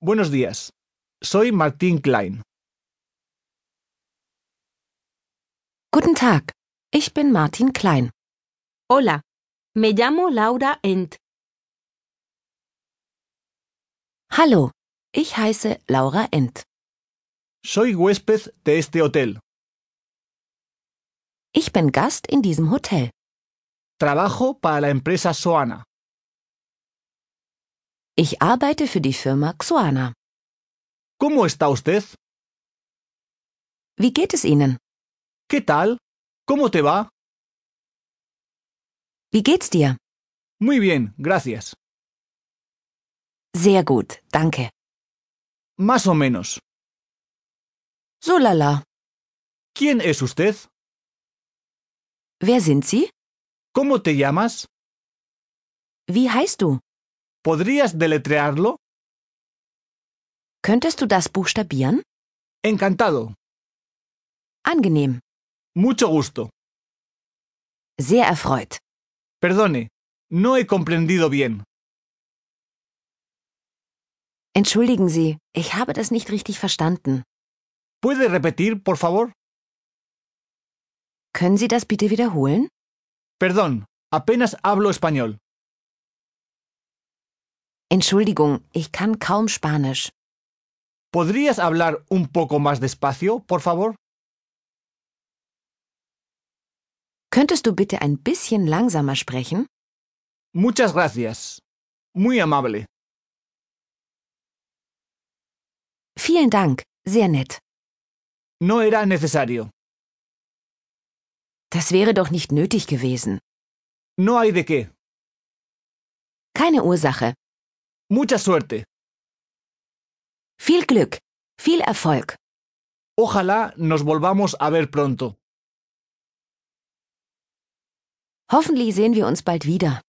Buenos días, soy Martín Klein. Guten Tag, ich bin Martin Klein. Hola, me llamo Laura Ent. Hallo, ich heiße Laura End. Soy huésped de este hotel. Ich bin Gast in diesem Hotel. Trabajo para la empresa Soana. Ich arbeite für die Firma Xuana. ¿Cómo está usted? Wie geht es Ihnen? ¿Qué tal? ¿Cómo te va? Wie geht's dir? Muy bien, gracias. Sehr gut, danke. Más o menos. So lala. ¿Quién es usted? Wer sind Sie? ¿Cómo te llamas? Wie heißt du? ¿Podrías deletrearlo? Könntest du das buchstabieren? Encantado. Angenehm. Mucho gusto. Sehr erfreut. Perdone, no he comprendido bien. Entschuldigen Sie, ich habe das nicht richtig verstanden. ¿Puede repetir, por favor? Können Sie das bitte wiederholen? Perdón, apenas hablo español. Entschuldigung, ich kann kaum Spanisch. ¿Podrías hablar un poco más despacio, por favor? Könntest du bitte ein bisschen langsamer sprechen? Muchas gracias. Muy amable. Vielen Dank, sehr nett. No era necesario. Das wäre doch nicht nötig gewesen. No hay de qué. Keine Ursache. Mucha suerte. Viel Glück. Viel Erfolg. Ojalá nos volvamos a ver pronto. Hoffentlich sehen wir uns bald wieder.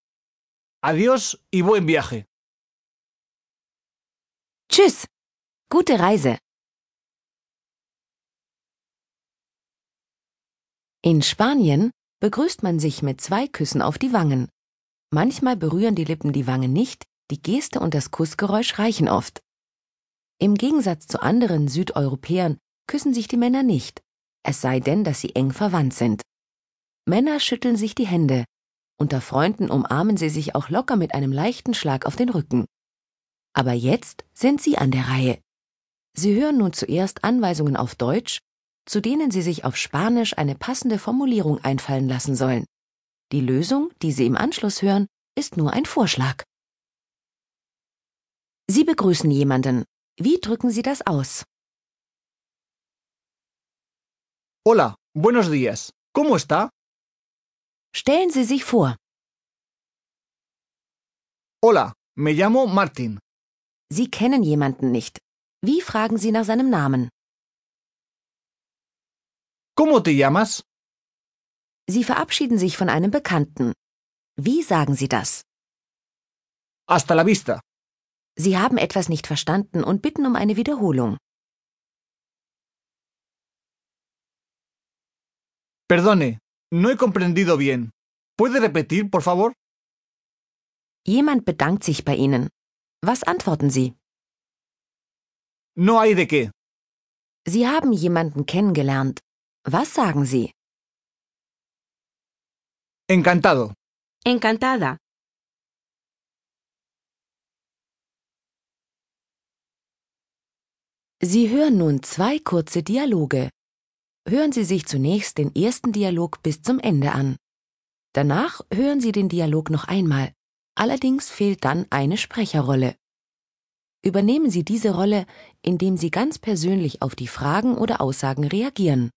Adiós y buen viaje. Tschüss. Gute Reise. In Spanien begrüßt man sich mit zwei Küssen auf die Wangen. Manchmal berühren die Lippen die Wangen nicht, die Geste und das Kussgeräusch reichen oft. Im Gegensatz zu anderen Südeuropäern küssen sich die Männer nicht, es sei denn, dass sie eng verwandt sind. Männer schütteln sich die Hände. Unter Freunden umarmen sie sich auch locker mit einem leichten Schlag auf den Rücken. Aber jetzt sind Sie an der Reihe. Sie hören nun zuerst Anweisungen auf Deutsch, zu denen Sie sich auf Spanisch eine passende Formulierung einfallen lassen sollen. Die Lösung, die Sie im Anschluss hören, ist nur ein Vorschlag. Sie begrüßen jemanden. Wie drücken Sie das aus? Hola, buenos días. ¿Cómo está? Stellen Sie sich vor, Hola, me llamo Martin. Sie kennen jemanden nicht. Wie fragen Sie nach seinem Namen? ¿Cómo te llamas? Sie verabschieden sich von einem Bekannten. Wie sagen Sie das? Hasta la vista. Sie haben etwas nicht verstanden und bitten um eine Wiederholung. Perdone, no he comprendido bien. ¿Puede repetir, por favor? Jemand bedankt sich bei Ihnen. Was antworten Sie? No hay de qué. Sie haben jemanden kennengelernt. Was sagen Sie? Encantado. Encantada. Sie hören nun zwei kurze Dialoge. Hören Sie sich zunächst den ersten Dialog bis zum Ende an. Danach hören Sie den Dialog noch einmal. Allerdings fehlt dann eine Sprecherrolle. Übernehmen Sie diese Rolle, indem Sie ganz persönlich auf die Fragen oder Aussagen reagieren.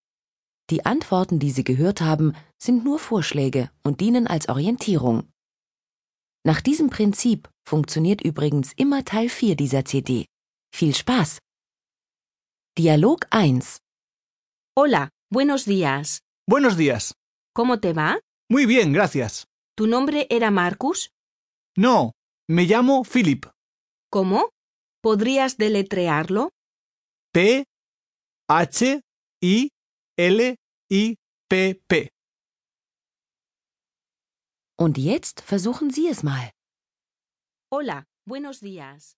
Die Antworten, die Sie gehört haben, sind nur Vorschläge und dienen als Orientierung. Nach diesem Prinzip funktioniert übrigens immer Teil 4 dieser CD. Viel Spaß! Dialog 1 Hola, buenos días. Buenos días. ¿Cómo te va? Muy bien, gracias. ¿Tu nombre era Marcus? No, me llamo Philip. ¿Cómo? ¿Podrías deletrearlo? P H I L I P P. Und jetzt versuchen Sie es mal. Hola, buenos días.